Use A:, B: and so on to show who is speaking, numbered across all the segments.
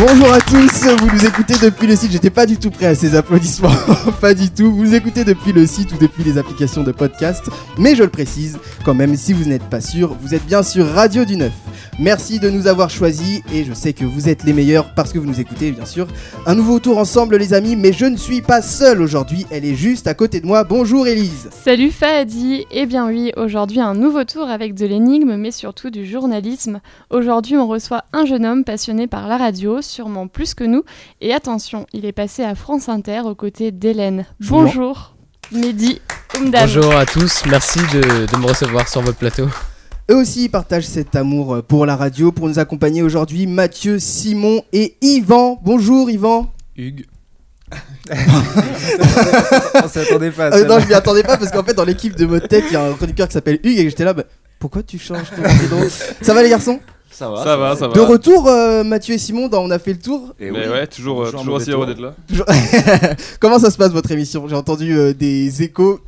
A: Bonjour à tous, vous nous écoutez depuis le site, j'étais pas du tout prêt à ces applaudissements, pas du tout, vous nous écoutez depuis le site ou depuis les applications de podcast, mais je le précise quand même, si vous n'êtes pas sûr, vous êtes bien sur Radio du Neuf. Merci de nous avoir choisis et je sais que vous êtes les meilleurs parce que vous nous écoutez bien sûr. Un nouveau tour ensemble les amis, mais je ne suis pas seul aujourd'hui, elle est juste à côté de moi, bonjour Elise
B: Salut Fahadi Eh bien oui, aujourd'hui un nouveau tour avec de l'énigme mais surtout du journalisme. Aujourd'hui on reçoit un jeune homme passionné par la radio, sûrement plus que nous, et attention, il est passé à France Inter aux côtés d'Hélène. Bonjour Mehdi Oumdan.
C: Bonjour à tous, merci de, de me recevoir sur votre plateau.
A: Eux aussi ils partagent cet amour pour la radio. Pour nous accompagner aujourd'hui, Mathieu, Simon et Yvan. Bonjour Yvan.
C: Hugues.
D: On s'y attendait pas.
A: Euh, non,
D: celle-là.
A: je m'y attendais pas parce qu'en fait, dans l'équipe de Mode Tech, il y a un chroniqueur qui s'appelle Hugues et j'étais là, bah, pourquoi tu changes ton prénom Ça va les garçons
D: Ça va.
E: Ça va, ça va.
A: De retour, euh, Mathieu et Simon, dans On a fait le tour.
D: Et
E: Mais
D: oui.
E: ouais, toujours, euh,
D: Toujours un
E: toujours
D: mauvais
E: aussi heureux
D: tour.
E: d'être là.
A: Toujours- Comment ça se passe votre émission J'ai entendu euh, des échos.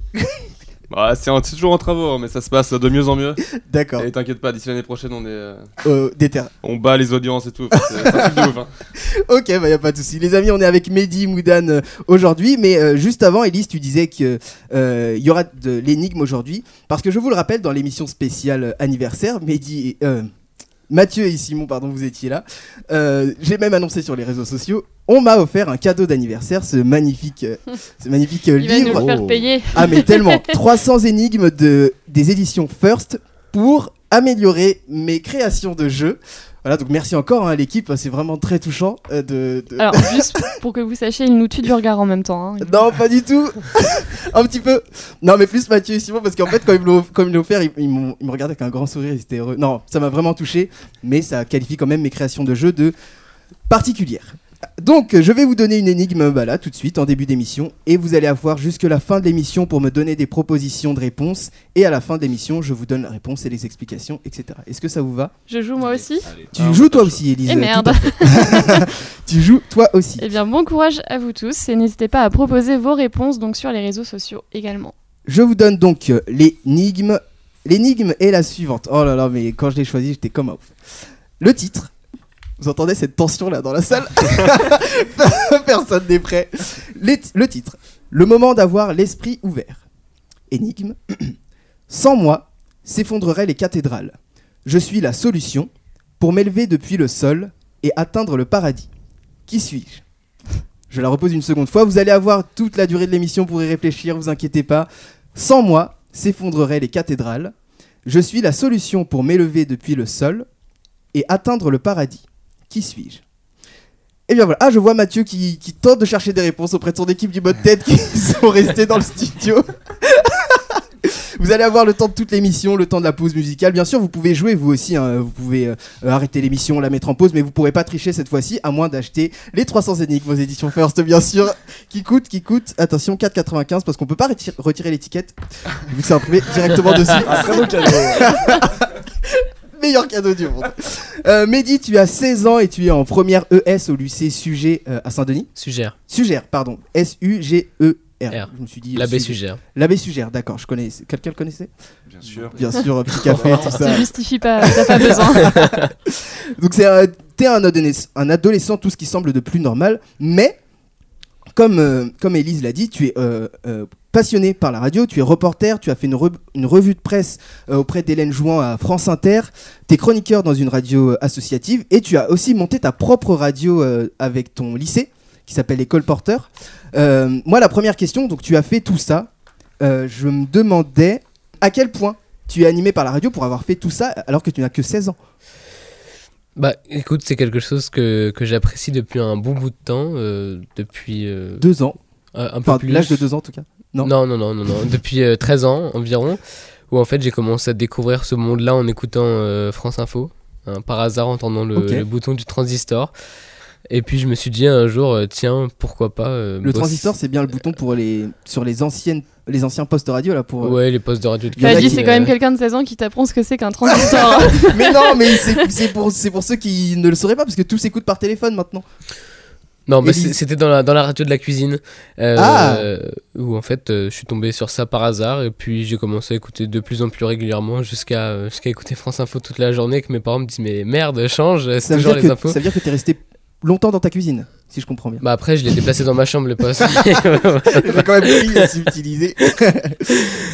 E: Bah, c'est en- c'est toujours en travaux, hein, mais ça se passe de mieux en mieux.
A: D'accord,
E: Et t'inquiète pas, d'ici l'année prochaine, on est, euh,
A: euh, des terres.
E: on bat les audiences et tout. Enfin, c'est c'est un truc de ouf. hein.
A: Ok, bah y a pas de souci. Les amis, on est avec Mehdi Moudan euh, aujourd'hui, mais euh, juste avant, Elise, tu disais que euh, y aura de l'énigme aujourd'hui, parce que je vous le rappelle, dans l'émission spéciale euh, anniversaire, Mehdi et euh, Mathieu et Simon, pardon, vous étiez là. Euh, J'ai même annoncé sur les réseaux sociaux. On m'a offert un cadeau d'anniversaire, ce magnifique, euh, ce magnifique euh,
B: Il va nous
A: livre.
B: le faire payer.
A: Ah mais tellement 300 énigmes de, des éditions First pour améliorer mes créations de jeux. Voilà, donc merci encore hein, à l'équipe, c'est vraiment très touchant euh, de... de-
B: Alors juste pour que vous sachiez, il nous tue du regard en même temps. hein.
A: Non, pas du tout Un petit peu Non, mais plus Mathieu et Simon, parce qu'en fait, quand ils me l'ont- quand ils me l'ont offert, ils, ils m'ont- ils me regardaient avec un grand sourire, ils étaient heureux. Non, ça m'a vraiment touché, mais ça qualifie quand même mes créations de jeux de particulières. Donc, je vais vous donner une énigme bah, là, tout de suite, en début d'émission, et vous allez avoir jusque la fin de l'émission pour me donner des propositions de réponses, et à la fin de l'émission, je vous donne la réponse et les explications, etc. Est-ce que ça vous va
B: Je joue moi aussi
A: Tu joues toi aussi, Elise.
B: Eh
A: tout à
B: merde.
A: fait. tu joues toi aussi.
B: Eh bien bon courage à vous tous et n'hésitez pas à proposer vos réponses donc sur les réseaux sociaux également.
A: Je vous donne donc euh, l'énigme. L'énigme est la suivante. Oh là là, mais quand je l'ai choisie, j'étais comme un ouf. Le titre. Vous entendez cette tension là dans la salle Personne n'est prêt. Les- le titre. Le moment d'avoir l'esprit ouvert. Énigme. Sans moi, s'effondreraient les cathédrales. Je suis la solution pour m'élever depuis le sol et atteindre le paradis. Qui suis-je Je la repose une seconde fois. Vous allez avoir toute la durée de l'émission pour y réfléchir, vous inquiétez pas. Sans moi, s'effondreraient les cathédrales. Je suis la solution pour m'élever depuis le sol et atteindre le paradis. Qui suis-je Eh bien voilà. Ah, je vois Mathieu qui, qui tente de chercher des réponses auprès de son équipe du mode tête qui sont restés dans le studio. Vous allez avoir le temps de toute l'émission, le temps de la pause musicale. Bien sûr, vous pouvez jouer vous aussi. hein. Vous pouvez euh, euh, arrêter l'émission, la mettre en pause, mais vous pourrez pas tricher cette fois-ci, à moins d'acheter les 300 énigmes aux éditions First, bien sûr, qui coûtent, qui coûtent. Attention, 4,95 parce qu'on peut pas reti- retirer l'étiquette vu que c'est imprimé directement dessus.
D: Un très beau cadeau.
A: Meilleur cadeau du monde. Euh, Mehdi, tu as 16 ans et tu es en première ES au lycée Suger euh, à Saint-Denis.
C: Suggère,
A: Sugère, pardon. S-U-G-E-R.
C: R.
A: E Je me suis dit.
C: l'abbé
A: Suger.
C: suggère.
A: L'abbé Sugère, d'accord. Je connais. Quelqu'un le connaissait
D: Bien sûr.
A: Bien sûr, un petit café, tout
B: Ça
A: ça.
B: justifie pas, t'as pas besoin.
A: Donc c'est un- t'es un, adoles- un adolescent, tout ce qui semble de plus normal, mais comme euh, comme Élise l'a dit, tu es euh, euh, passionné par la radio, tu es reporter, tu as fait une, re- une revue de presse euh, auprès d'Hélène Jouan à France Inter, tu es chroniqueur dans une radio euh, associative et tu as aussi monté ta propre radio euh, avec ton lycée qui s'appelle l'école porteur. Euh, moi la première question, donc tu as fait tout ça, euh, je me demandais à quel point tu es animé par la radio pour avoir fait tout ça alors que tu n'as que 16 ans.
C: Bah écoute, c'est quelque chose que, que j'apprécie depuis un bon bout de temps, euh, depuis euh,
A: Deux ans.
C: euh, un peu
A: Enfin,
C: plus.
A: l'âge de 2 ans en tout cas. non.
C: Non, non, non, non, non. depuis euh, 13 ans environ, où en fait j'ai commencé à découvrir ce monde-là en écoutant euh, France Info, hein, par hasard en entendant le,
A: Ok.
C: le bouton du transistor. Et puis je me suis dit un jour, euh, tiens, pourquoi pas. euh,
A: Le
C: bosser-
A: transistor, c'est bien le bouton pour les sur les anciennes les anciens postes radio là pour. euh,
C: Ouais, les postes de radio. de
A: Il y en a
B: Fadi,
C: classe,
B: c'est
C: euh,
B: quand même quelqu'un de 16 ans qui t'apprend ce que c'est qu'un transistor.
A: hein. Mais non, mais c'est c'est pour c'est pour ceux qui ne le sauraient pas parce que tout s'écoute par téléphone maintenant.
C: Non, mais
A: Élise.
C: c'est- c'était dans la, dans la radio de la cuisine. euh,
A: Ah.
C: Où en fait, euh, je suis tombé sur ça par hasard. Et puis j'ai commencé à écouter de plus en plus régulièrement jusqu'à euh, jusqu'à écouter France Info toute la journée. Que mes parents me disent Mais merde, change, c'est
A: Ça veut dire
C: toujours les
A: que
C: infos.
A: ça veut dire que t'es resté longtemps dans ta cuisine, si je comprends bien.
C: Bah après, je l'ai déplacé dans ma chambre, le poste.
A: J'ai quand même pris à subtiliser.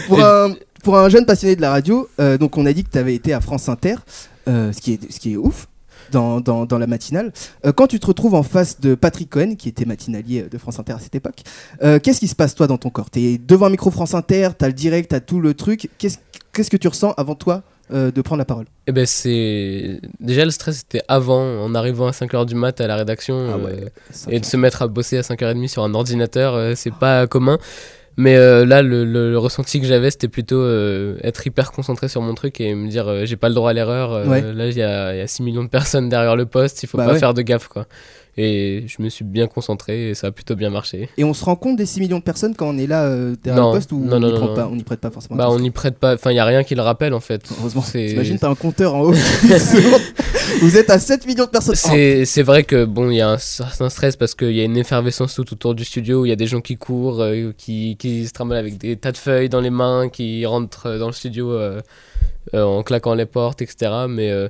A: pour, un, pour un jeune passionné de la radio, euh, donc on a dit que tu avais été à France Inter, euh, ce, qui est, ce qui est ouf. Dans, dans- dans la matinale. Euh, quand tu te retrouves en face de Patrick Cohen, qui était matinalier euh, de France Inter à cette époque, euh, qu'est-ce qui se passe toi dans ton corps T'es devant un micro France Inter, t'as le direct, t'as tout le truc. Qu'est-ce qu'est-ce que tu ressens avant toi euh, de prendre la parole
C: Eh ben c'est déjà le stress c'était avant en arrivant à 5h du mat à la rédaction
A: Ah ouais,
C: euh, et de se mettre à bosser à 5h30 sur un ordinateur euh, c'est pas commun mais euh, là le, le- le ressenti que j'avais c'était plutôt euh, être hyper concentré sur mon truc et me dire euh, j'ai pas le droit à l'erreur euh,
A: Ouais.
C: là il y a, il y a 6 millions de personnes derrière le poste il faut
A: Bah
C: pas
A: ouais.
C: faire de gaffe quoi et je me suis bien concentré et ça a plutôt bien marché
A: Et on se rend compte des 6 millions de personnes quand on est là euh, derrière
C: Non,
A: le poste ou
C: non,
A: on
C: non,
A: n'y
C: non,
A: prend
C: non.
A: pas- on n'y prête pas forcément
C: bah on n'y prête pas enfin il y a rien qui le rappelle en fait
A: Heureusement,
C: C'est-
A: t'imagines, t'as un compteur en haut. Vous êtes à 7 millions de personnes. Oh,
C: C'est c'est vrai que bon, il y a un certain stress parce qu'il y a une effervescence tout autour du studio où il y a des gens qui courent, euh, qui, qui se trimbalent avec des tas de feuilles dans les mains, qui rentrent euh, dans le studio euh, euh, en claquant les portes, etc. Mais euh,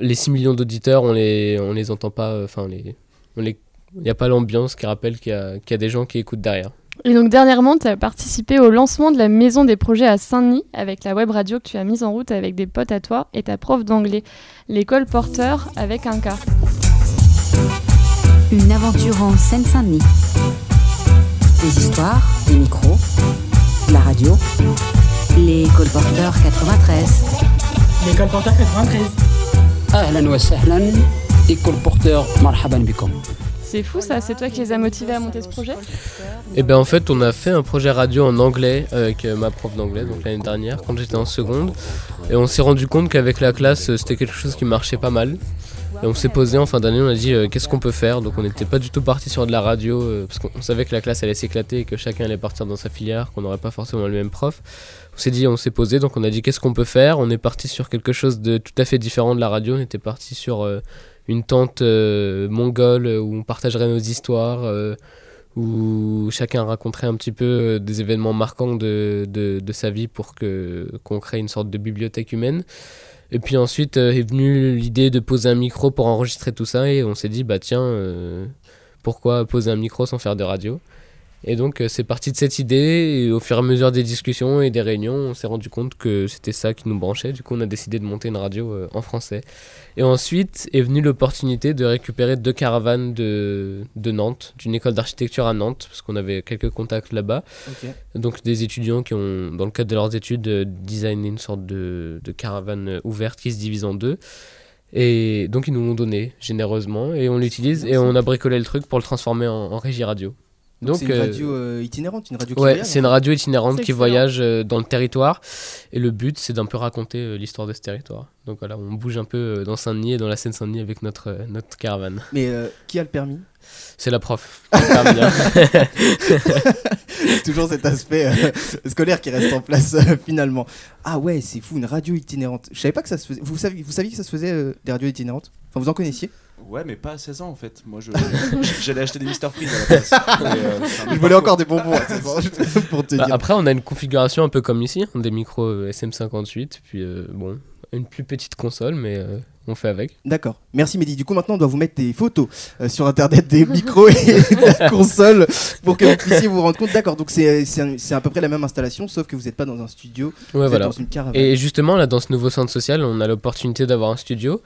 C: les 6 millions d'auditeurs, on les, on les entend pas, euh, enfin, on les, on les- il n'y a pas l'ambiance qui rappelle qu'il y, a- qu'il y a des gens qui écoutent derrière.
B: Et donc dernièrement, tu as participé au lancement de la maison des projets à Saint-Denis avec la web radio que tu as mise en route avec des potes à toi et ta prof d'anglais, l'école porteur avec un cas.
F: Une aventure en Seine-Saint-Denis. Des histoires, des micros, de la radio, les colporteurs 93.
G: Les colporteurs 93.
H: اهلا وسهلا ايكول بورتور مرحبا بكم
B: C'est fou ça, c'est toi qui les as motivés à monter ce projet
C: Et bien Eh ben, en fait, on a fait un projet radio en anglais avec euh, ma prof d'anglais, donc l'année dernière, quand j'étais en seconde. Et on s'est rendu compte qu'avec la classe, euh, c'était quelque chose qui marchait pas mal. Et on s'est posé en fin d'année, on a dit euh, qu'est-ce qu'on peut faire. Donc on n'était pas du tout parti sur de la radio, euh, parce qu'on savait que la classe allait s'éclater et que chacun allait partir dans sa filière, qu'on n'aurait pas forcément le même prof. On s'est dit, on s'est posé, donc on a dit qu'est-ce qu'on peut faire. On est parti sur quelque chose de tout à fait différent de la radio. On était parti sur euh, une tente euh, mongole euh, où on partagerait nos histoires. euh, où chacun raconterait un petit peu euh, des événements marquants de, de, de sa vie pour que qu'on crée une sorte de bibliothèque humaine. Et puis ensuite euh, est venue l'idée de poser un micro pour enregistrer tout ça et on s'est dit bah tiens euh, pourquoi poser un micro sans faire de radio Et donc euh, c'est parti de cette idée et au fur et à mesure des discussions et des réunions on s'est rendu compte que c'était ça qui nous branchait. Du coup on a décidé de monter une radio euh, en français. Et ensuite est venue l'opportunité de récupérer deux caravanes de, de Nantes, d'une école d'architecture à Nantes, parce qu'on avait quelques contacts là-bas.
A: ok.
C: Donc des étudiants qui ont, dans le cadre de leurs études, euh, designé une sorte de, de caravane euh, ouverte qui se divise en deux. Et donc ils nous l'ont donné généreusement, et on l'utilise, et on a bricolé le truc pour le transformer en, en régie radio.
A: Donc, c'est une
C: euh,
A: radio euh, itinérante, une radio qui
C: Ouais,
A: voyage,
C: c'est
A: en
C: une radio itinérante
B: C'est
C: qui
B: excellent.
C: voyage euh, dans le territoire. Et le but, c'est d'un peu raconter euh, l'histoire de ce territoire. Donc voilà, on bouge un peu euh, dans Saint-Denis et dans la Seine-Saint-Denis avec notre, euh, notre caravane.
A: fait. Mais euh, qui a le permis
C: C'est la prof. Super bien.
A: Toujours cet aspect euh, scolaire qui reste en place euh, finalement. Ah ouais, c'est fou, une radio itinérante. Je savais pas que ça se faisait. Vous saviez, vous saviez que ça se faisait euh, des radios itinérantes Enfin, vous en connaissiez
D: Ouais, mais pas à 16 ans en fait. Moi, je- j'allais acheter des Mr. Freeze à la place. Mais, euh, c'est
A: Je
D: un peu
A: voulais
D: parcours.
A: encore des bonbons à ce moment, pour te
C: Bah,
A: dire.
C: après, on a une configuration un peu comme ici, hein, des micros euh, SM58, puis euh, bon, une plus petite console, mais euh, on fait avec.
A: D'accord. Merci Mehdi. Du coup, maintenant, on doit vous mettre des photos euh, sur Internet des micros et de la console pour que vous puissiez vous rendre compte. D'accord. Donc, c'est c'est un- c'est à peu près la même installation, sauf que vous n'êtes pas dans un studio, vous
C: Ouais,
A: êtes
C: voilà.
A: dans une caravane.
C: Et justement, là, dans ce nouveau centre social, on a l'opportunité d'avoir un studio,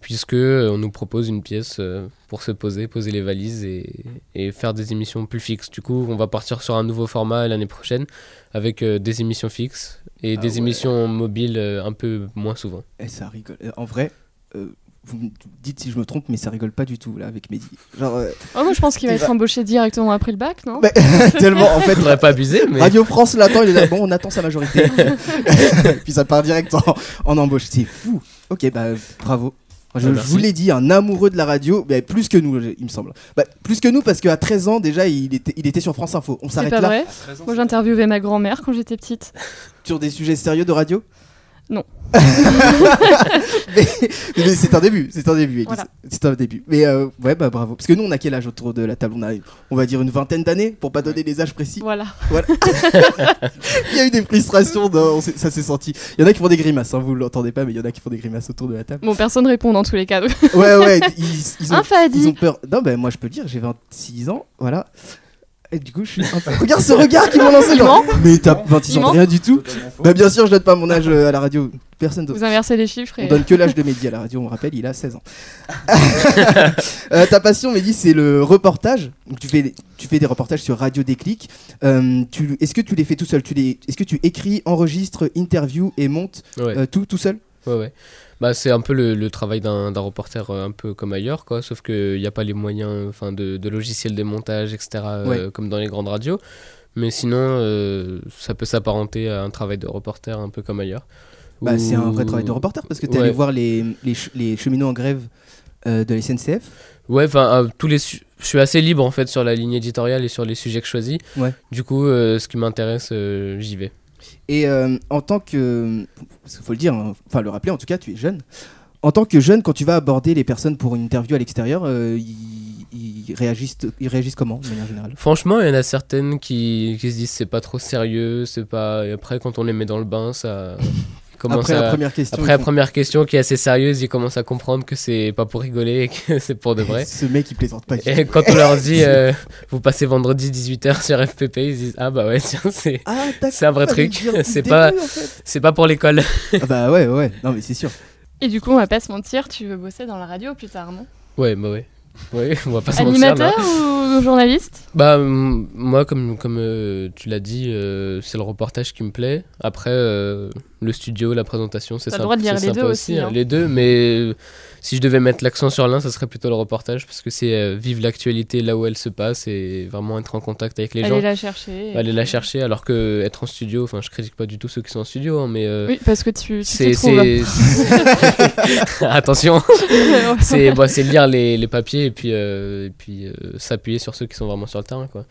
C: puisque euh, on nous propose une pièce euh, pour se poser, poser les valises et, et faire des émissions plus fixes. Du coup, on va partir sur un nouveau format l'année prochaine, avec euh, des émissions fixes et
A: Ah
C: des
A: ouais.
C: émissions mobiles euh, un peu moins souvent.
A: Eh, ça rigole. Euh, En vrai, euh, vous me dites si je me trompe, mais ça rigole pas du tout là avec Mehdi. Genre, euh,
B: Oh, moi je pense qu'il va
A: Il va-
B: être embauché directement après le bac, non
A: Bah, tellement en fait.
C: Faudrait pas abuser, mais
A: Radio France l'attend, il est là, bon, on attend sa majorité. Puis ça part direct en, en embauche. C'est fou. Ok, bah bravo. Je,
C: Ah,
A: je
C: merci.
A: vous l'ai dit, un amoureux de la radio, bah, plus que nous, il me semble. Bah, plus que nous, parce qu'à 13 ans, déjà, il était, il était sur France Info. On
B: C'est
A: s'arrête
B: pas
A: là
B: vrai. Moi j'interviewais ma grand-mère quand j'étais petite.
A: sur des sujets sérieux de radio
B: Non.
A: mais mais c'est un début, c'est un début. Elise.
B: Voilà.
A: C'est un début. Mais euh, ouais, bah bravo. Parce que nous, on a quel âge autour de la table On a, on va dire, une vingtaine d'années, pour pas donner les âges précis.
B: Voilà.
A: Il y a eu des frustrations, dans- on s'est- ça s'est senti. Il y en a qui font des grimaces, hein, vous l'entendez pas, mais il y en a qui font des grimaces autour de la table.
B: Bon, personne répond dans tous les cas. donc.
A: Ouais, ouais, ils, ils ont, ils
B: Un
A: ont
B: fadi.
A: peur. Non, ben moi, je peux le dire, j'ai 26 ans, voilà. Et du coup, je suis un peu- Regarde ce regard qu'ils m'ont lancé,
B: Il
A: genre. Mais t'as 26
B: Il
A: ans,
B: ment.
A: rien du tout.
D: Totalement faux.
A: Bah, bien sûr, je donne pas mon âge euh, à la radio. Personne d'autre.
B: Vous inversez les chiffres
A: On
B: et.
A: donne que l'âge de Mehdi à la radio, on rappelle, il a 16 ans. Euh, ta passion, Mehdi, c'est le reportage. Donc, tu, fais, tu fais des reportages sur Radio Déclic. Euh, tu- Est-ce que tu les fais tout seul Tu les- Est-ce que tu écris, enregistres, interviews et montes
C: Ouais.
A: euh, tout tout seul
C: Ouais, ouais. Bah, c'est un peu le, le travail d'un d'un reporter euh, un peu comme ailleurs, quoi, sauf qu'il n'y a pas les moyens enfin, de, de logiciels de montage, etc., euh, comme dans les grandes radios. Mais sinon, euh, ça peut s'apparenter à un travail de reporter un peu comme ailleurs.
A: Bah, C'est un vrai
C: Ou-
A: travail de reporter parce que tu es
C: Ouais.
A: allé voir les, les, ch- les cheminots en grève euh, de la SNCF.
C: Ouais, enfin, à tous les su- je suis assez libre en fait sur la ligne éditoriale et sur les sujets que je choisis.
A: Ouais.
C: Du coup, euh, ce qui m'intéresse, euh, j'y vais.
A: Et euh, en tant que. Parce qu'il faut le dire, hein, enfin le rappeler en tout cas, tu es jeune. En tant que jeune, quand tu vas aborder les personnes pour une interview à l'extérieur, euh, ils, ils réagissent, ils réagissent comment de manière générale
C: Franchement, il y en a certaines qui, qui se disent c'est pas trop sérieux, c'est pas. Et après, quand on les met dans le bain, ça commence
A: Après
C: à.
A: la première question.
C: Après la
A: ils font,
C: première question qui est assez sérieuse, ils commencent à comprendre que c'est pas pour rigoler et que c'est pour de vrai.
A: Ce mec, il plaisante pas. du
C: Et
A: tout.
C: quand on leur dit euh, vous passez vendredi 18h sur FPP, ils disent ah bah ouais, tiens, c'est
A: Ah, d'accord,
C: c'est un vrai
A: fallait
C: truc,
A: le dire
C: c'est
A: dès le
C: pas-
A: début, en fait.
C: c'est pas pour l'école.
A: Ah bah ouais, ouais, non mais c'est sûr.
B: Et du coup, on va pas se mentir, tu veux bosser dans la radio plus tard, non
C: Ouais, bah ouais. Ouais, on va pas se mentir là.
B: Animateur ou journaliste
C: Bah m- moi comme comme euh, tu l'as dit, euh, c'est le reportage qui me plaît. Après euh, le studio, la présentation, c'est
B: T'as le
C: sympa.
B: droit de dire
C: c'est
B: les
C: sympa
B: deux aussi,
C: hein.
B: hein.
C: Les deux, mais euh, si je devais mettre l'accent sur l'un, ça serait plutôt le reportage parce que c'est euh, vivre l'actualité là où elle se passe et vraiment être en contact avec les gens.
B: Aller la chercher. et
C: aller la
B: puis-
C: chercher alors que euh, être en studio enfin je critique pas du tout ceux qui sont en studio hein, mais euh,
B: Oui, parce que tu, tu
C: c'est
B: t'y trouves. hein.
C: c'est- attention c'est
B: Ouais.
C: bah, c'est lire les, les papiers et puis euh, et puis euh, s'appuyer sur ceux qui sont vraiment sur le terrain quoi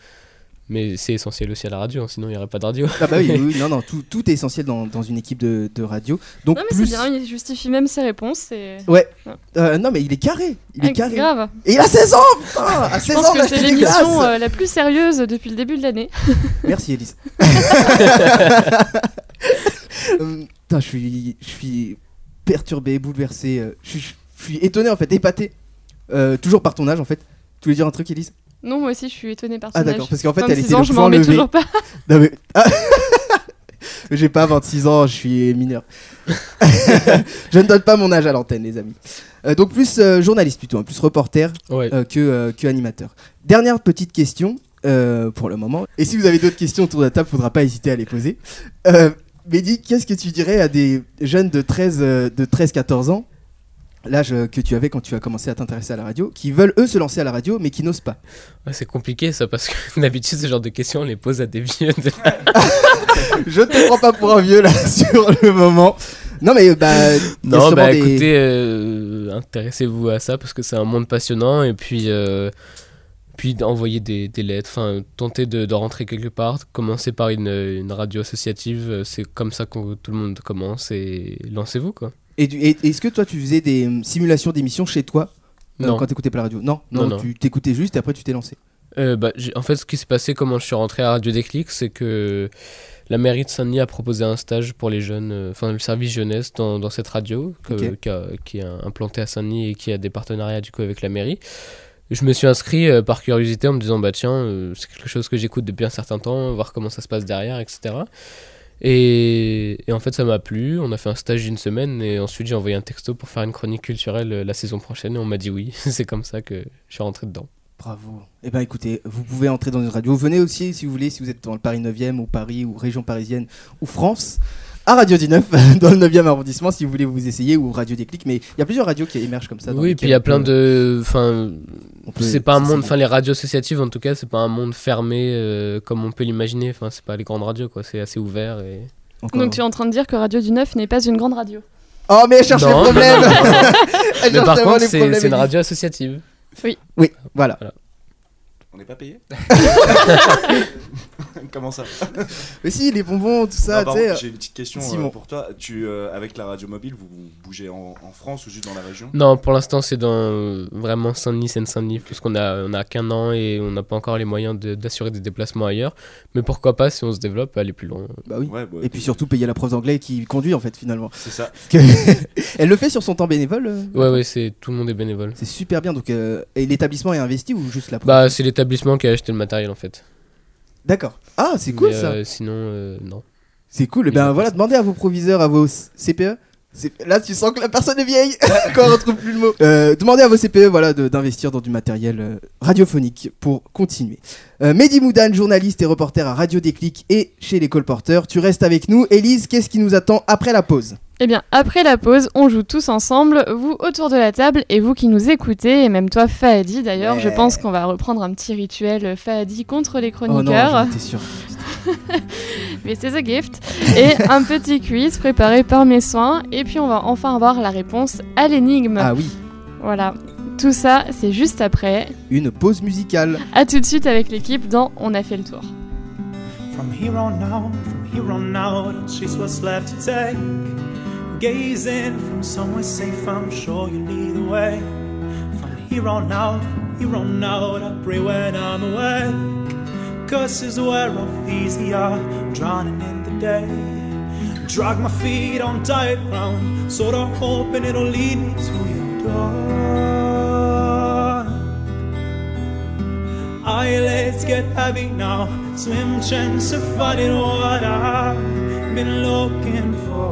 C: mais c'est essentiel aussi à la radio hein, sinon il n'y aurait pas de radio
A: Ah bah oui, oui, oui, non, non, tout, tout est essentiel dans, dans une équipe de, de radio. Donc
B: Non, mais c'est
A: plus.
B: bien, il justifie même ses réponses. Et...
A: Euh, non mais il est carré, il est
B: Ah,
A: carré.
B: grave.
A: Et il a 16 ans, putain À
B: Je
A: 16
B: pense
A: ans, bah, on
B: que
A: a
B: c'est
A: acheté des glaces.
B: l'émission euh, la plus sérieuse depuis le début de l'année.
A: Merci Elise. Hum, Putain, je suis, je suis perturbé, bouleversé. euh, Je suis, je suis étonné en fait, épaté. Euh, toujours par ton âge en fait. Tu voulais dire un truc, Elise
B: Non, moi aussi, je suis étonnée par son
A: Ah d'accord,
B: âge.
A: parce qu'en fait, elle
B: 26
A: était
B: ans,
A: le
B: je
A: point
B: m'en mets
A: levé.
B: toujours pas.
A: Non, mais... Ah J'ai pas 26 ans, je suis mineur. je ne donne pas mon âge à l'antenne, les amis. Euh, donc plus euh, journaliste plutôt, hein, plus reporter
C: ouais
A: euh, que, euh, que animateur. Dernière petite question euh, pour le moment. Et si vous avez d'autres questions autour de la table, faudra pas hésiter à les poser. Euh, Mehdi, qu'est-ce que tu dirais à des jeunes de 13, euh, de 13-14 ans, l'âge euh, que tu avais quand tu as commencé à t'intéresser à la radio, qui veulent eux se lancer à la radio mais qui n'osent pas
C: Ouais, c'est compliqué ça parce que d'habitude ce genre de questions on les pose à des vieux de-
A: Je te prends pas pour un vieux là sur le moment. Non mais euh, bah. il y a
C: Non,
A: sûrement
C: bah
A: des-
C: écoutez, euh, intéressez-vous à ça parce que c'est un monde passionnant et puis, euh, puis envoyer des, des lettres, enfin, tenter de, de rentrer quelque part, commencer par une, une radio associative, euh, c'est comme ça que tout le monde commence et lancez-vous quoi.
A: Et, du- et- est-ce que toi tu faisais des euh, simulations d'émissions chez toi euh,
C: Non.
A: quand t'écoutais pas la radio Non, non,
C: Non, non.
A: tu t'écoutais juste et après tu t'es lancé.
C: Euh, bah, j'ai- en fait, ce qui s'est passé, comment je suis rentré à Radio Déclic, c'est que la mairie de Saint-Denis a proposé un stage pour les jeunes, euh, enfin le service jeunesse dans, dans cette radio que-
A: Ok.
C: qui, a- qui est implantée à Saint-Denis et qui a des partenariats du coup avec la mairie. Je me suis inscrit euh, par curiosité en me disant bah tiens euh, c'est quelque chose que j'écoute depuis un certain temps, voir comment ça se passe derrière, etc. Et, et en fait ça m'a plu, on a fait un stage d'une semaine et ensuite j'ai envoyé un texto pour faire une chronique culturelle euh, la saison prochaine et on m'a dit oui, c'est comme ça que je suis rentré dedans.
A: Bravo. Eh ben écoutez, vous pouvez entrer dans une radio. Venez aussi si vous voulez, si vous êtes dans le Paris 9e ou Paris ou région parisienne ou France. À Radio 19, dans le 9e arrondissement, si vous voulez vous essayer, ou Radio Déclic, mais il y a plusieurs radios qui émergent comme ça. dans euh,
C: Oui,
A: lesquelles
C: puis il y a
A: on
C: plein
A: peut-
C: de. Enfin,
A: on peut-
C: c'est pas un
A: bon.
C: monde. Enfin, les radios associatives, en tout cas, c'est pas un monde fermé euh, comme on peut l'imaginer. Enfin, c'est pas les grandes radios, quoi. C'est assez ouvert. Et...
A: Encore un.
B: Donc, tu es en train de dire que Radio du 9 n'est pas une grande radio.
A: Oh, mais elle cherche
C: Non,
A: les
C: non,
A: problèmes
C: non, non, non.
A: Elle
C: Mais
A: cherche
C: par
A: vraiment
C: contre,
A: les
C: c'est
A: problèmes,
C: c'est une
A: Elise.
C: radio associative.
A: Oui, voilà.
D: On n'est pas payé Comment ça
A: Mais si, les bonbons, tout ça,
D: Non,
A: tu
D: pardon,
A: sais.
D: J'ai une petite question euh,
A: Simon.
D: pour toi. Tu, euh, avec la radio mobile, vous, vous bougez en, en France ou juste dans la région
C: Non, pour l'instant, c'est dans euh, vraiment Saint-Denis, Seine-Saint-Denis, puisqu'on a, on a qu'un an et on n'a pas encore les moyens de- d'assurer des déplacements ailleurs. Mais pourquoi pas, si on se développe, aller plus loin.
A: Bah oui.
D: Ouais, bah,
A: Et puis surtout payer la prof d'anglais qui conduit en fait finalement.
D: C'est ça.
A: Parce que Elle le fait sur son temps bénévole. euh,
C: Ouais, ouais, c'est tout le monde est bénévole.
A: C'est super bien. Donc, euh, et l'établissement est investi ou juste la prof
C: Bah, c'est l'établissement qui a acheté le matériel en fait.
A: D'accord. Ah, c'est cool
C: Mais,
A: ça.
C: euh, Sinon, euh, non.
A: C'est cool. Eh
C: il y
A: Ben
C: a
A: voilà,
C: personne.
A: demandez à vos proviseurs, à vos E. CPE. C'est- Là, tu sens que la personne est vieille quand on retrouve plus le mot. Euh, demandez à vos CPE voilà, de- d'investir dans du matériel euh, radiophonique pour continuer. Euh, Mehdi Moudane, journaliste et reporter à Radio Déclic et chez les colporteurs. Tu restes avec nous. Élise, qu'est-ce qui nous attend après la pause
B: Eh bien, après la pause, on joue tous ensemble, vous autour de la table et vous qui nous écoutez, et même toi, Fahadi d'ailleurs, je
A: Ouais.
B: pense qu'on va reprendre un petit rituel euh, Fahadi contre les
A: Oh non, j'en
B: chroniqueurs,
A: étais sûr.
B: mais c'est The Gift, et un petit quiz préparé par mes soins, et puis on va enfin avoir la réponse à l'énigme.
A: Ah oui,
B: Voilà, tout ça, c'est juste après.
A: une pause musicale.
B: À tout de suite avec l'équipe dans On a fait le tour.
G: From here on out, from here on out, it's just what's left to take. Gazing from somewhere safe, I'm sure you lead the way. From here on out, from here on out, I pray when I'm away. Curses where of these we are, drowning in the day. Drag my feet on tight ground, sort of hoping it'll lead me to your door. Eyelids get heavy now. Swim chance of finding what I've been looking for.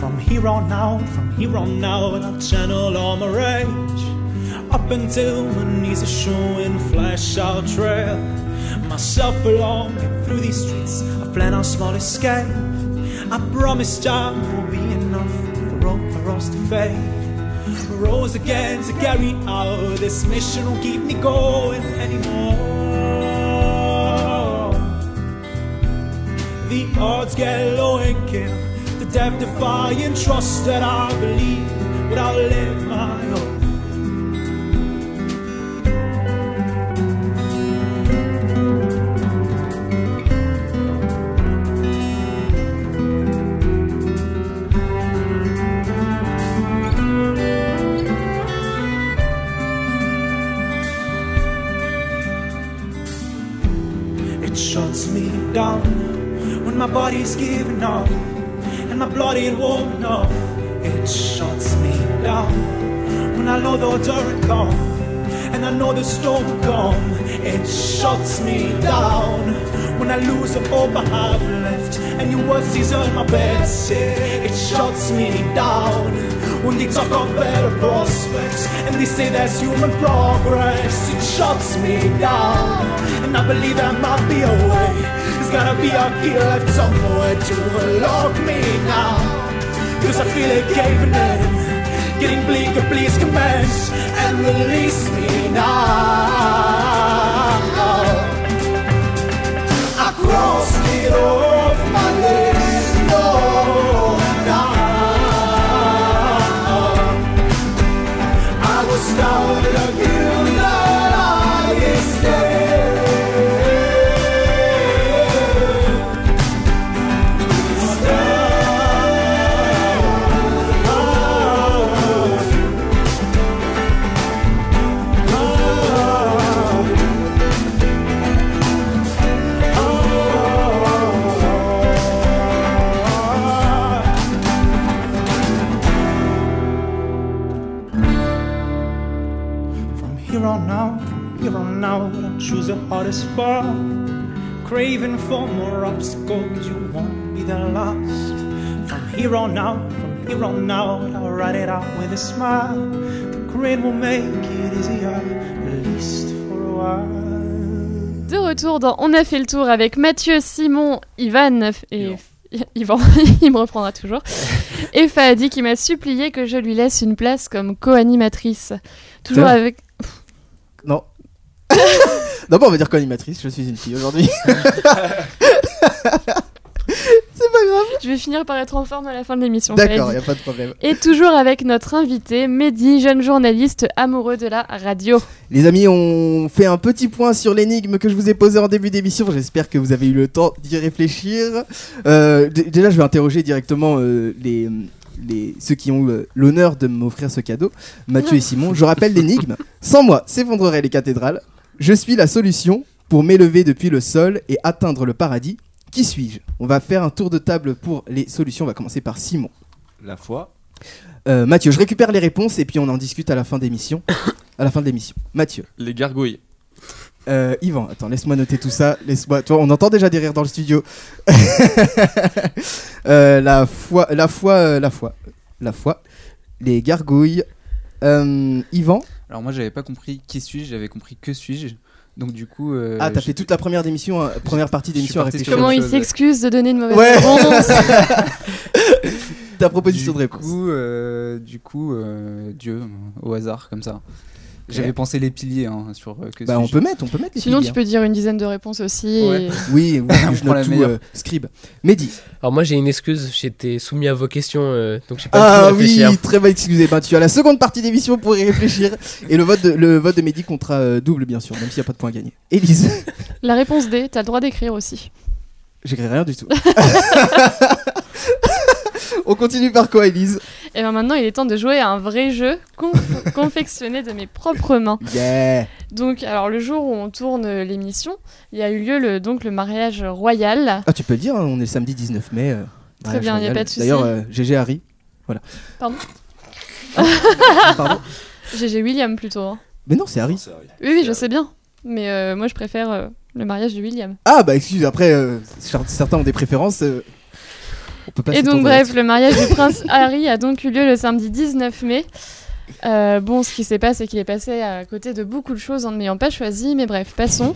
G: From here on out, from here on out, I'll channel all my rage. Up until my knees are showing, flash out trail. Myself along and through these streets, I plan on small escape. I promise time will be enough for all for us to fade. Rose again to carry out this mission will keep me going anymore. The odds get low and kill the death defying trust that I believe would outlive my own. It shuts me down when my body's giving up and my blood ain't warm enough. It shuts me down when I know the odor it come and I know the storm come. It shuts me down when I lose the hope I have left and your words desert my bed. It shuts me down when they talk of better prospects and they say there's human progress. It shuts me down and I believe there might be a way. There's gotta be a key left somewhere to unlock me now. Cause I feel it caving in, getting bleaker, please commence and release me now. I crossed it off my list. Oh, now I was down a hill that I stay. From here on out, from here on out, I'll choose the hardest path. Craving for more obstacles, you won't be the last. From here on out, from here on out, I'll ride it out with a smile. The grin will make it easier, at least for a while.
B: De retour dans On a fait le tour avec Mathieu, Simon, Ivan et Yvan, il me reprendra toujours. Et Fahadi qui m'a supplié que je lui laisse une place comme co-animatrice. Toujours
A: Tiens.
B: avec.
A: Non. non, bah on va dire qu'animatrice, je suis une fille aujourd'hui. c'est pas grave.
B: Je vais finir par être en forme à la fin de l'émission. ça va
A: D'accord,
B: être
A: y a pas de problème.
B: Et toujours avec notre invité, Mehdi, jeune journaliste amoureux de la radio.
A: Les amis, on fait un petit point sur l'énigme que je vous ai posée en début d'émission. J'espère que vous avez eu le temps d'y réfléchir. Euh, d- déjà, je vais interroger directement euh, les, les- ceux qui ont eu euh, l'honneur de m'offrir ce cadeau, Mathieu et Simon. Je rappelle l'énigme. Sans moi, s'effondreraient les cathédrales. Je suis la solution pour m'élever depuis le sol et atteindre le paradis. Qui suis-je On va faire un tour de table pour les solutions. On va commencer par Simon.
D: La foi.
A: Euh, Mathieu, je récupère les réponses et puis on en discute à la fin d'émission. À la fin de l'émission. Mathieu.
E: Les gargouilles.
A: Euh, Yvan, attends, laisse-moi noter tout ça. Laisse-moi. Toi, on entend déjà des rires dans le studio. Euh, la foi, la foi, euh, la foi, la foi. Les gargouilles. Euh, Yvan.
I: Alors moi j'avais pas compris qui suis-je, j'avais compris que suis-je. Donc du coup. euh,
A: ah, t'as
I: je-
A: fait toute la première d'émission, euh, première partie
I: je suis
A: d'émission à
I: parti sur
A: réfléchir.
I: la
B: Comment il
I: chose.
B: s'excuse de donner une mauvaise
A: Ouais.
B: réponse
A: Ta proposition
I: du
A: de réponse.
I: Coup, euh, du coup, euh, Dieu, au hasard, comme ça. J'avais pensé les piliers hein, sur euh, que
A: Bah, on
I: suis-je.
A: peut mettre, on peut mettre. les
B: Sinon,
A: filles,
B: tu peux dire une dizaine de réponses aussi.
I: Ouais.
B: et-
A: hein. Oui, oui,
I: Ah, On
A: je
I: prend la
A: note tout.
I: meilleure.
A: euh, scribe. Mehdi.
C: Alors moi j'ai une excuse, j'étais soumis à vos questions, euh, donc j'ai pas
A: Ah
C: pu
A: oui,
C: réfléchir.
A: très bien excusez. Ben, tu as la seconde partie d'émission pour y réfléchir. Et le vote de, le vote de Mehdi comptera euh, double, bien sûr, même s'il n'y a pas de point à gagner. Élise.
B: La réponse D, t'as le droit d'écrire aussi.
A: J'écris rien du tout. On continue par quoi, Elise
B: Et bien Eh ben, maintenant, il est temps de jouer à un vrai jeu conf- confectionné de mes propres mains.
A: Yeah
B: Donc, alors le jour où on tourne euh, l'émission, il y a eu lieu le, donc le mariage royal.
A: Ah, tu peux le dire, hein, on est le samedi 19 mai. euh, mariage
B: bien, y a
A: royal.
B: pas de souci.
A: D'ailleurs, euh, GG Harry. Voilà.
B: Pardon
A: Pardon
B: GG William plutôt. hein.
A: Mais non, c'est Harry.
D: C'est vrai.
B: Oui, oui, je sais bien. Mais euh, moi, je préfère euh, le mariage de William.
A: Ah, bah excuse, après, euh, cer- certains ont des préférences. euh, on peut pas
B: Et donc,
A: s'étendre
B: bref,
A: là-dessus.
B: le mariage du prince Harry a donc eu lieu le samedi 19 mai. Euh, bon, ce qui s'est passé, c'est qu'il est passé à côté de beaucoup de choses en ne m'ayant pas choisi, mais bref, passons.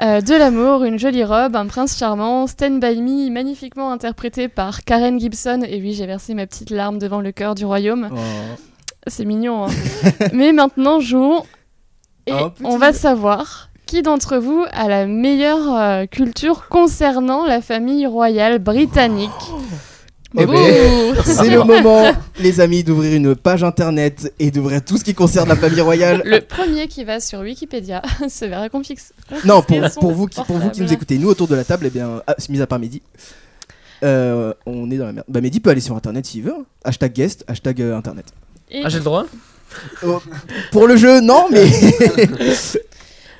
B: Euh, de l'amour, une jolie robe, un prince charmant, Stand By Me, magnifiquement interprété par Karen Gibson. Et oui, j'ai versé ma petite larme devant le cœur du royaume.
A: Oh.
B: C'est mignon. hein. Mais maintenant, jouons. Et
A: Un petit
B: on va
A: jeu.
B: savoir qui d'entre vous a la meilleure euh, culture concernant la famille royale britannique.
A: Eh
B: Bravo.
A: C'est le moment, les amis, d'ouvrir une page internet et d'ouvrir tout ce qui concerne la famille royale.
B: Le premier qui va sur Wikipédia se verra confixe.
A: Non, pour,
B: Qu'est-ce qu'on
A: pour vous qui, pour vous qui
B: portable
A: nous écoutez, nous autour de la table, eh bien, ah, mis à part Mehdi, euh, on est dans la merde. Bah, Mehdi peut aller sur internet s'il veut. hein. Hashtag guest, hashtag euh, internet.
B: Et-
C: Ah j'ai le droit
A: Pour le jeu, non, mais.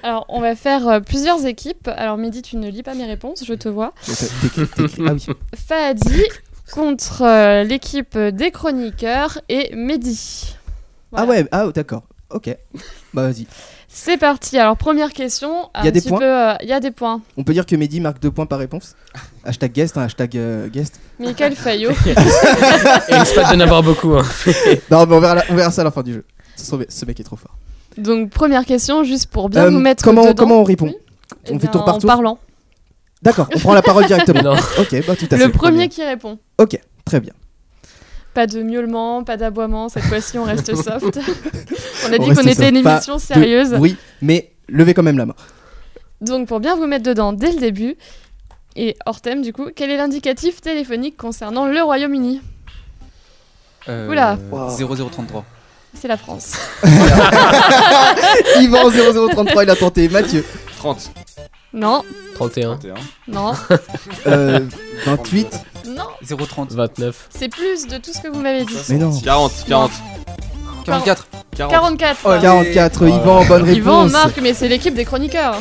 B: alors, on va faire euh, plusieurs équipes. Alors, Mehdi, tu ne lis pas mes réponses, je te vois.
A: T'écris- t'écris- ah oui.
B: Fahadi contre euh, l'équipe des chroniqueurs et Mehdi.
A: Ah
B: Voilà.
A: ouais, ah d'accord. Ok. Bah, vas-y.
B: C'est parti. Alors, première question.
A: Y a
B: un
A: des
B: petit
A: points
B: peu, euh, Il y a des points.
A: On peut dire que Mehdi marque deux points par réponse Hashtag guest, hein, hashtag euh, guest.
B: Michael Fayot.
C: Et il risque pas d'en avoir beaucoup. hein.
A: Non, mais on verra, la- on verra ça à la fin du jeu. Ce, ce mec est trop fort.
B: Donc première question, juste pour bien
A: Euh,
B: vous mettre
A: comment,
B: dedans.
A: comment on répond
B: Oui. Eh
A: on fait
B: bien,
A: tour par
B: en
A: tour
B: parlant.
A: D'accord, on prend la parole directement.
C: Non.
A: Ok, bah tout à fait.
B: Le premier qui répond.
A: Ok, très bien.
B: Pas de miaulement, pas d'aboiement, cette fois-ci on reste soft. on a
A: On
B: dit
A: reste
B: qu'on était
A: soft.
B: une
A: Pas
B: émission
A: Deux,
B: sérieuse.
A: Oui, mais levez quand même la main.
B: Donc pour bien vous mettre dedans dès le début, et hors thème du coup, quel est l'indicatif téléphonique concernant le Royaume-Uni
I: Euh,
B: Oula.
A: Wow.
I: 0033.
B: C'est la France.
A: Yvan 0033, il a tenté. Mathieu
E: 30.
B: Non,
C: 31,
D: 21.
B: non,
A: euh, 28.
B: non,
I: 030.
C: 29,
B: c'est plus de tout ce que vous m'avez dit.
A: Mais non.
E: 40, 40.
I: 44.
E: 40.
B: 44.
A: Oh, 44, Yvan, bonne réponse.
B: Yvan, Marc, mais c'est l'équipe des chroniqueurs.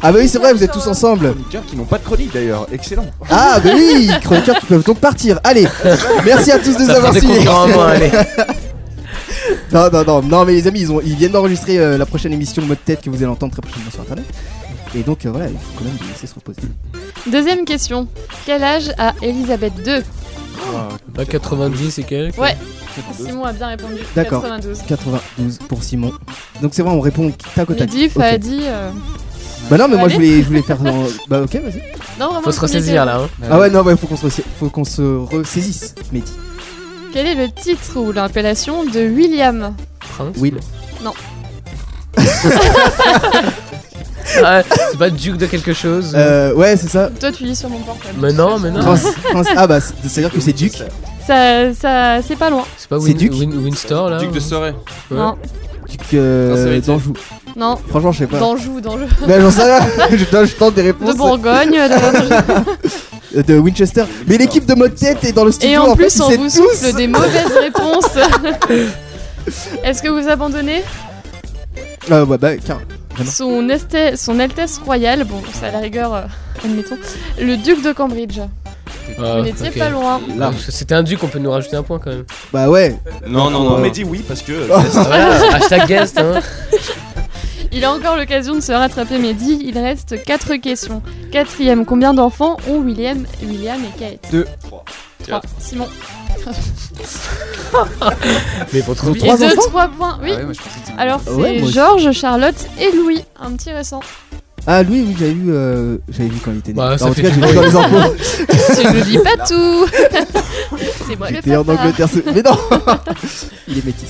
A: Ah bah oui, c'est vrai, vous êtes tous ensemble.
D: Chroniqueurs qui n'ont pas de chronique d'ailleurs. Excellent.
A: Ah bah oui, chroniqueurs qui peuvent donc partir. Allez, merci à tous de nous
C: ça
A: avoir
C: fait des
A: suivis.
C: concurrents en moins, hein, allez.
A: Non, non, non, non, mais les amis, ils, ont, ils viennent d'enregistrer euh, la prochaine émission Mode Tête que vous allez entendre très prochainement sur Internet. Et donc euh, voilà, il faut quand même les laisser se reposer.
B: Deuxième question. Quel âge a Elisabeth II
C: Pas 90 et quelques
B: Ouais. Simon a bien répondu.
A: D'accord.
B: 92.
A: 92 pour Simon. Donc c'est vrai, on répond tac au tac.
B: Midi,
A: Ok.
B: Fadi. euh,
A: Bah non, mais moi
B: Allez.
A: je voulais, je voulais faire. dans- Bah ok, vas-y.
C: Euh.
B: Non, vraiment.
C: Faut
B: le
C: se
B: premier thème.
C: ressaisir là. hein.
A: Ah ouais, non, bah faut qu'on se, ressai- faut qu'on se ressaisisse, Mehdi.
B: Quel est le titre ou l'appellation de William
C: Prince.
A: Will.
C: Ah, c'est pas duc de quelque chose ou-
A: Euh, ouais, c'est ça.
B: Toi, tu lis sur mon portable.
C: Mais non, mais non.
A: Prince- Prince- ah bah, c'est- c'est-à-dire que c'est Duke.
B: Ça, ça, c'est pas loin.
C: C'est pas
A: C'est
C: Win,
A: duc
C: Win- Windsor là
E: Duc de Soray.
C: Ouais.
B: Non,
A: Duke euh,
E: Sincérité.
A: d'Anjou.
B: non.
A: Franchement, je sais pas.
B: D'Anjou, d'Anjou.
A: Mais j'en sais rien. je, donne- je tente des réponses
B: De Bourgogne. de-
A: euh, de Winchester. Mais l'équipe de mode tête est dans le studio.
B: Et en plus,
A: fait, ils
B: on
A: savent
B: vous
A: tous.
B: souffle des mauvaises réponses. Est-ce que vous abandonnez
A: Euh, ouais, bah, car- Non.
B: son, esté- son Altesse Royale, bon, c'est à la rigueur, euh, admettons, le duc de Cambridge.
C: Ah,
B: vous n'étiez
C: ok.
B: pas loin.
A: Là.
C: Parce que C'était un duc, on peut nous rajouter un point quand même.
A: bah ouais.
E: Non, non, non.
D: Mais dis oui parce que.
A: Oh.
C: Voilà, hashtag guest hein.
B: Il a encore l'occasion de se rattraper, mais dit, il reste 4 questions. Quatrième, combien d'enfants ont William, William et Kate
A: Deux.
D: Trois.
B: Trois. Simon.
C: Mais pour trouver.
A: Trois
B: et deux,
A: enfants
B: trois points. Oui.
I: Ah ouais, moi, je pensais que c'était un-
B: Alors c'est
A: Ouais, moi aussi.
B: Georges, Charlotte et Louis, un petit récent.
A: Ah, lui, oui, j'avais vu, euh, j'avais vu quand il était né.
C: Bah,
A: Enfin,
C: ça
A: en tout
C: fait
A: cas, j'ai
C: du
A: vu dans les infos.
B: Tu ne dis pas tout. c'est moi le
A: J'étais en
B: papa.
A: Angleterre. ce- Mais non Il est métis.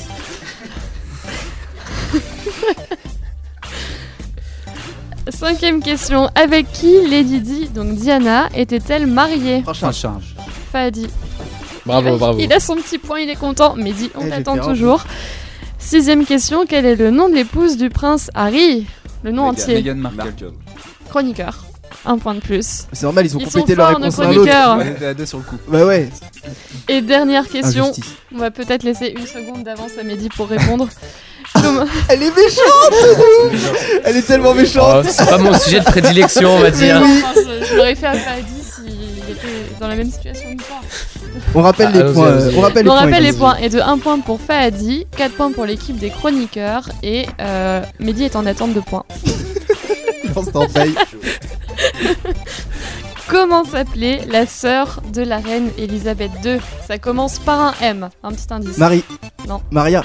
B: Cinquième question, avec qui Lady Di, donc Diana, était-elle mariée
I: Prince Charles.
B: Fadi.
C: Bravo,
B: Il-
C: bravo.
B: Il a son petit point, il est content, mais dit on
A: Eh, j'ai
B: t'attend
A: fait un
B: toujours. Sixième question, quel est le nom de l'épouse du prince Harry Le nom
D: Meghan.
B: entier.
I: Meghan Markle.
D: Markel.
B: Chroniqueur. Un point de plus.
A: C'est normal, ils ont
B: Ils
A: complété
B: sont
A: leur
B: forts, nos
A: réponse l'un l'autre.
B: chroniqueurs.
I: On était à deux sur le coup.
A: Bah ouais,
B: Et dernière question,
A: injustice.
B: on va peut-être laisser une seconde d'avance à Mehdi pour répondre. Comment-
A: Elle est méchante Elle est tellement
C: Oh,
A: méchante
C: c'est pas mon sujet de prédilection, on va
A: hein.
C: dire.
B: Non, enfin, je je l'aurais fait à Fadi s'il était dans la même situation que toi.
A: On rappelle
C: Ah,
A: les
C: allons-y,
A: points. euh,
C: allons-y.
A: On rappelle
B: On
A: les points.
B: rappelle les
A: Elodie.
B: points. Et de 1 point pour Fahadi, 4 points pour l'équipe des chroniqueurs. Et euh, Mehdi est en attente de points.
A: Je pense que t'en payes.
B: Comment s'appelait la sœur de la reine Elisabeth II Ça commence par un M, un petit indice.
A: Marie.
B: Non.
A: Maria.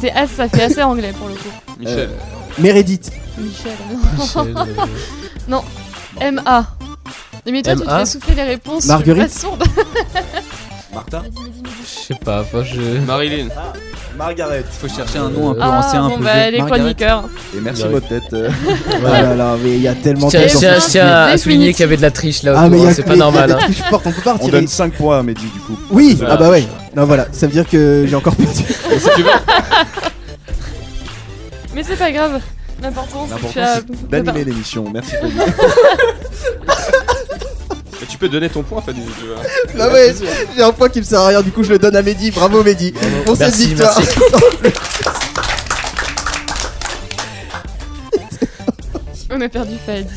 B: C'est as, ça fait assez anglais pour le coup.
E: Michel.
A: Meredith.
B: Michel. hein.
C: Michel, euh,
B: M.A. Mais toi, tu te
C: M.A.
B: fais souffler les réponses.
A: Marguerite.
B: Je suis pas sourde.
D: Martha
C: Je sais pas, moi je.
E: Marilyn.
D: Margaret.
I: Faut chercher un nom un peu
B: Ah,
I: ancien, un
B: bon,
I: peu
B: bah, les
I: vieux. Margaret.
B: chroniqueurs.
D: Et merci,
C: Margaret.
D: votre tête. euh.
A: Oh là là, mais il y a
C: Je
A: tellement
C: tiens,
A: de
C: je
A: gens.
C: tiens- je tiens à
B: Définitive.
C: souligner qu'il y avait de la triche là
A: Ah, mais il
C: autour,
A: y
C: hein,
A: a
C: c'est
A: que
C: pas
A: les- il y a
C: normal.
A: des
C: hein.
A: triches fortes, on peut pas
D: On
A: retirer.
D: donne 5 points à Mehdi, du coup.
A: Oui, ah bah ouais. Non, voilà, ça veut dire que j'ai encore perdu.
E: Si tu veux.
B: Mais c'est pas grave. L'important, c'est que tu as.
D: L'important, c'est d'animer l'émission. Merci, Fadi.
E: Mais tu peux donner ton point, Fanny, si tu veux. hein.
A: Bah ouais, j'ai un point qui me sert à rien, du coup je le donne à Mehdi. Bravo Mehdi pour cette
C: Merci,
A: victoire.
C: merci.
B: On a perdu Fahadi.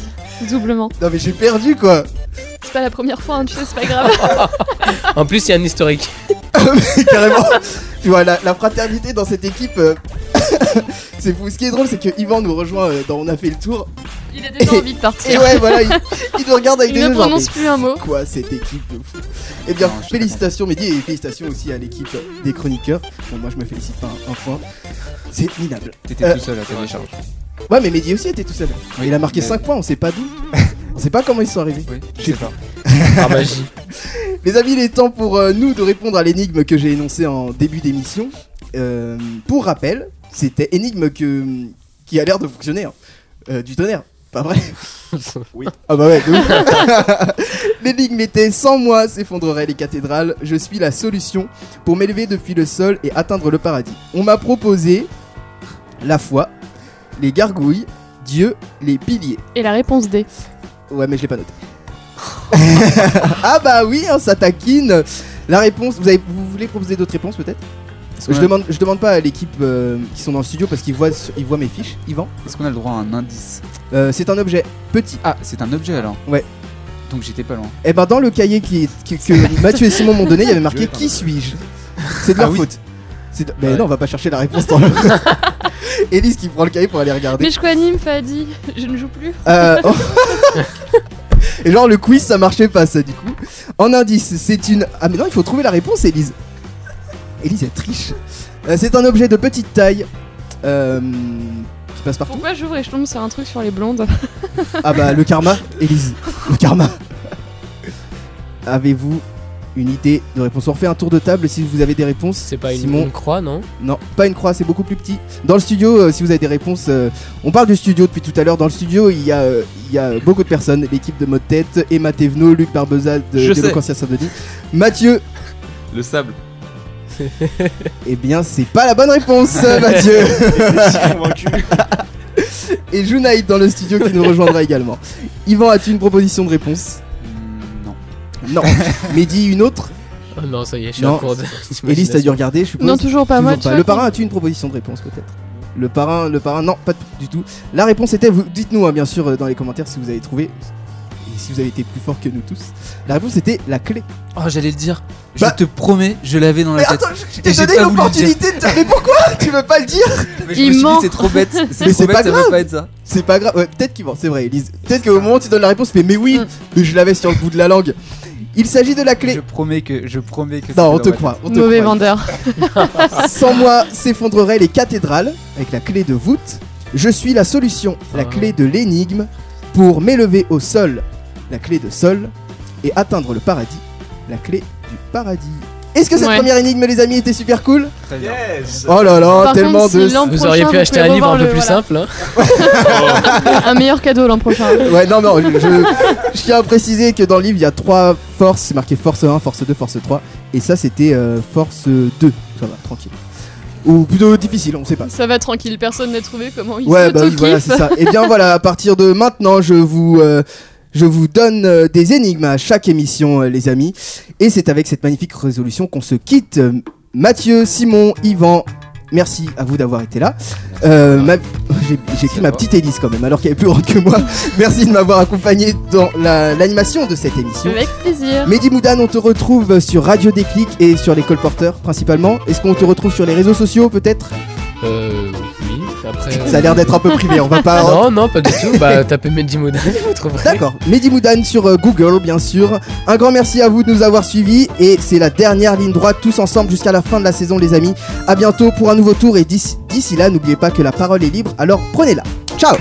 B: Doublement.
A: Non, mais j'ai perdu quoi.
B: C'est pas la première fois, hein, tu sais, c'est pas grave.
C: hein. En plus, il y a un historique.
A: Carrément. Tu vois, la, la fraternité dans cette équipe. euh, C'est fou. Ce qui est drôle, c'est que Yvan nous rejoint euh, dans On a fait le tour.
B: Il a déjà envie de
A: Et
B: partir.
A: ouais, voilà, il, il nous regarde avec
B: Il
A: des
B: ne
A: yeux genre,
B: prononce
A: mais
B: plus un mot.
A: c'est Quoi, cette équipe de fou. Eh bien,
I: Non, je suis
A: félicitations, Mehdi, et félicitations aussi à l'équipe des chroniqueurs. Bon, moi, je me félicite pas un, un point. C'est minable.
I: T'étais
A: Euh,
I: tout seul à télécharger.
A: Ouais, mais Mehdi aussi était tout seul.
I: Oui,
A: il a marqué
I: mais-
A: 5 points, on sait pas d'où. on sait pas comment ils sont arrivés.
I: Oui, je
A: J'ai
I: sais pas.
C: Par magie.
A: Les amis, il est temps pour euh, nous de répondre à l'énigme que j'ai énoncée en début d'émission. Euh, pour rappel, c'était énigme que, qui a l'air de fonctionner. hein. Euh, du tonnerre, pas vrai
D: Oui.
A: Ah bah ouais, de ouf. L'énigme était sans moi s'effondreraient les cathédrales, je suis la solution pour m'élever depuis le sol et atteindre le paradis. On m'a proposé la foi, les gargouilles, Dieu, les piliers.
B: Et la réponse D.
A: Ouais, mais je l'ai pas noté. ah bah oui, hein, ça taquine. La réponse, vous, avez, vous voulez proposer d'autres réponses peut-être
I: Est-ce qu'on
A: je
I: a-
A: demande, je demande pas à l'équipe euh, qui sont dans le studio parce qu'ils voient, sur- ils voient mes fiches, Yvan.
I: Est-ce qu'on a le droit à un indice
A: Euh, c'est un objet petit.
I: Ah, c'est un objet alors
A: Ouais.
I: Donc j'étais pas loin.
A: Et ben dans le cahier qui, qui- que Mathieu et Simon m'ont donné, il y avait marqué
I: Je vais t'en
A: qui suis-je C'est de leur
I: Ah oui.
A: faute. C'est de- Mais
C: Ouais.
A: non, on va pas chercher la réponse dans le. Élise qui prend le cahier pour aller regarder.
B: Mais je coanime, Fadi. Je ne joue plus.
A: Euh, Et genre le quiz ça marchait pas ça du coup. En indice, c'est une. Ah mais non, il faut trouver la réponse, Elise. Elise elle triche. Euh, c'est un objet de petite taille. Euh, qui passe partout.
B: Pourquoi j'ouvre et je tombe sur un truc sur les blondes
A: Ah bah le karma, Elise. Le karma. Avez-vous une idée de réponse. On refait un tour de table si vous avez des réponses.
C: C'est pas une,
A: Simon,
C: une croix, non
A: non, pas une croix, c'est beaucoup plus petit. Dans le studio, euh, si vous avez des réponses, euh, on parle du studio depuis tout à l'heure. Dans le studio, il y a, euh, il y a euh, beaucoup de personnes. L'équipe de Mode Tête, Emma Thévenot, Luc Barbeza de
E: Je sais.
A: Déloquentia Saint-Denis, Mathieu.
E: Le sable.
A: Eh bien, c'est pas la bonne réponse, Mathieu. Et Junaïd dans le studio qui nous rejoindra également. Yvan, as-tu une proposition de réponse
I: Hmm, Non.
A: Non. Mehdi, une autre
C: Oh non, ça y est, je suis
A: Non.
C: en cours de.
A: Élise, t'as dû regarder, je suppose
B: Non, toujours pas moi.
A: Toujours
B: tu
A: pas.
B: vois,
A: Le
B: qui-
A: parrain, as-tu une proposition de réponse peut-être Le parrain, le parrain, non, pas t- du tout. La réponse était, vous dites-nous hein, bien sûr euh, dans les commentaires si vous avez trouvé et si vous avez été plus fort que nous tous. La réponse était la clé.
I: Oh, j'allais le dire.
A: Bah-
I: Je te promets, je l'avais dans la
A: Mais
I: tête.
A: attends, je t'ai
I: Et j'ai
A: donné
I: pas voulu le
A: l'opportunité de. Mais pourquoi Tu veux pas le dire
I: Mais je
B: Il
I: me suis dit,
B: ment.
I: c'est trop bête.
A: Mais
I: C'est
A: c'est
I: trop
A: pas
I: bête, ça
A: grave.
I: peut pas être ça.
A: C'est pas grave. Ouais, peut-être qu'il ment, c'est vrai, Elise. Peut-être
I: Ah.
A: qu'au moment où tu donnes la réponse, tu fais mais oui,
B: Mm.
A: mais je l'avais sur le bout de la langue. Il s'agit de la
I: Hmm. Je
A: clé.
I: promets que je promets que. c'était
A: Non, on
I: dans
A: te
I: ma tête.
A: croit. On te
B: Mauvais
A: croit.
B: vendeur.
A: Sans moi s'effondreraient les cathédrales avec la clé de voûte. Je suis la solution, la
C: Ah.
A: clé de l'énigme pour m'élever au sol, la clé de sol et atteindre le paradis, la clé du paradis. Est-ce que cette
B: Ouais.
A: première énigme, les amis, était super cool
I: Très bien.
D: Yes
A: Oh là là,
B: Par
A: tellement
B: contre,
A: de.
B: si l'an
C: Vous
B: prochain,
C: auriez pu
B: vous
C: acheter
B: pouvez
C: un livre
B: revoir
C: un peu
B: le-
C: plus
B: voilà.
C: simple, hein
B: Un meilleur cadeau l'an prochain.
A: Ouais, non, non, je, je- je tiens à préciser que dans le livre, il y a trois forces. C'est marqué force 1, force 2, force 3. Et ça, c'était euh, force 2. Ça va, tranquille. Ou plutôt difficile, on sait pas.
B: Ça va tranquille, personne n'a trouvé comment il
A: Ouais,
B: se
A: bah oui, voilà, c'est ça. Et bien voilà, à partir de maintenant, je vous, euh, je vous donne euh, des énigmes à chaque émission, euh, les amis. Et c'est avec cette magnifique résolution qu'on se quitte. Euh, Mathieu, Simon, Yvan, merci à vous d'avoir été là. Euh, ma- J'ai j'ai écrit ma petite Élise quand même, alors qu'elle est plus grande que moi. merci de m'avoir accompagné dans la- l'animation de cette émission.
B: Avec plaisir.
A: Mehdi Moudan, on te retrouve sur Radio Déclic et sur les colporteurs principalement. Est-ce qu'on te retrouve sur les réseaux sociaux peut-être
C: Euh. Oui, après.
A: Ça a l'air d'être un peu privé, on va pas
C: Euh, Ah Non, non, pas du tout. Bah, tapez Mehdi Modane, vous trouverez.
A: D'accord, Mehdi Moudan sur euh, Google, bien sûr. Un grand merci à vous de nous avoir suivis. Et c'est la dernière ligne droite, tous ensemble, jusqu'à la fin de la saison, les amis. À bientôt pour un nouveau tour. Et d'ici d'ici là, n'oubliez pas que la parole est libre, alors prenez-la. Ciao!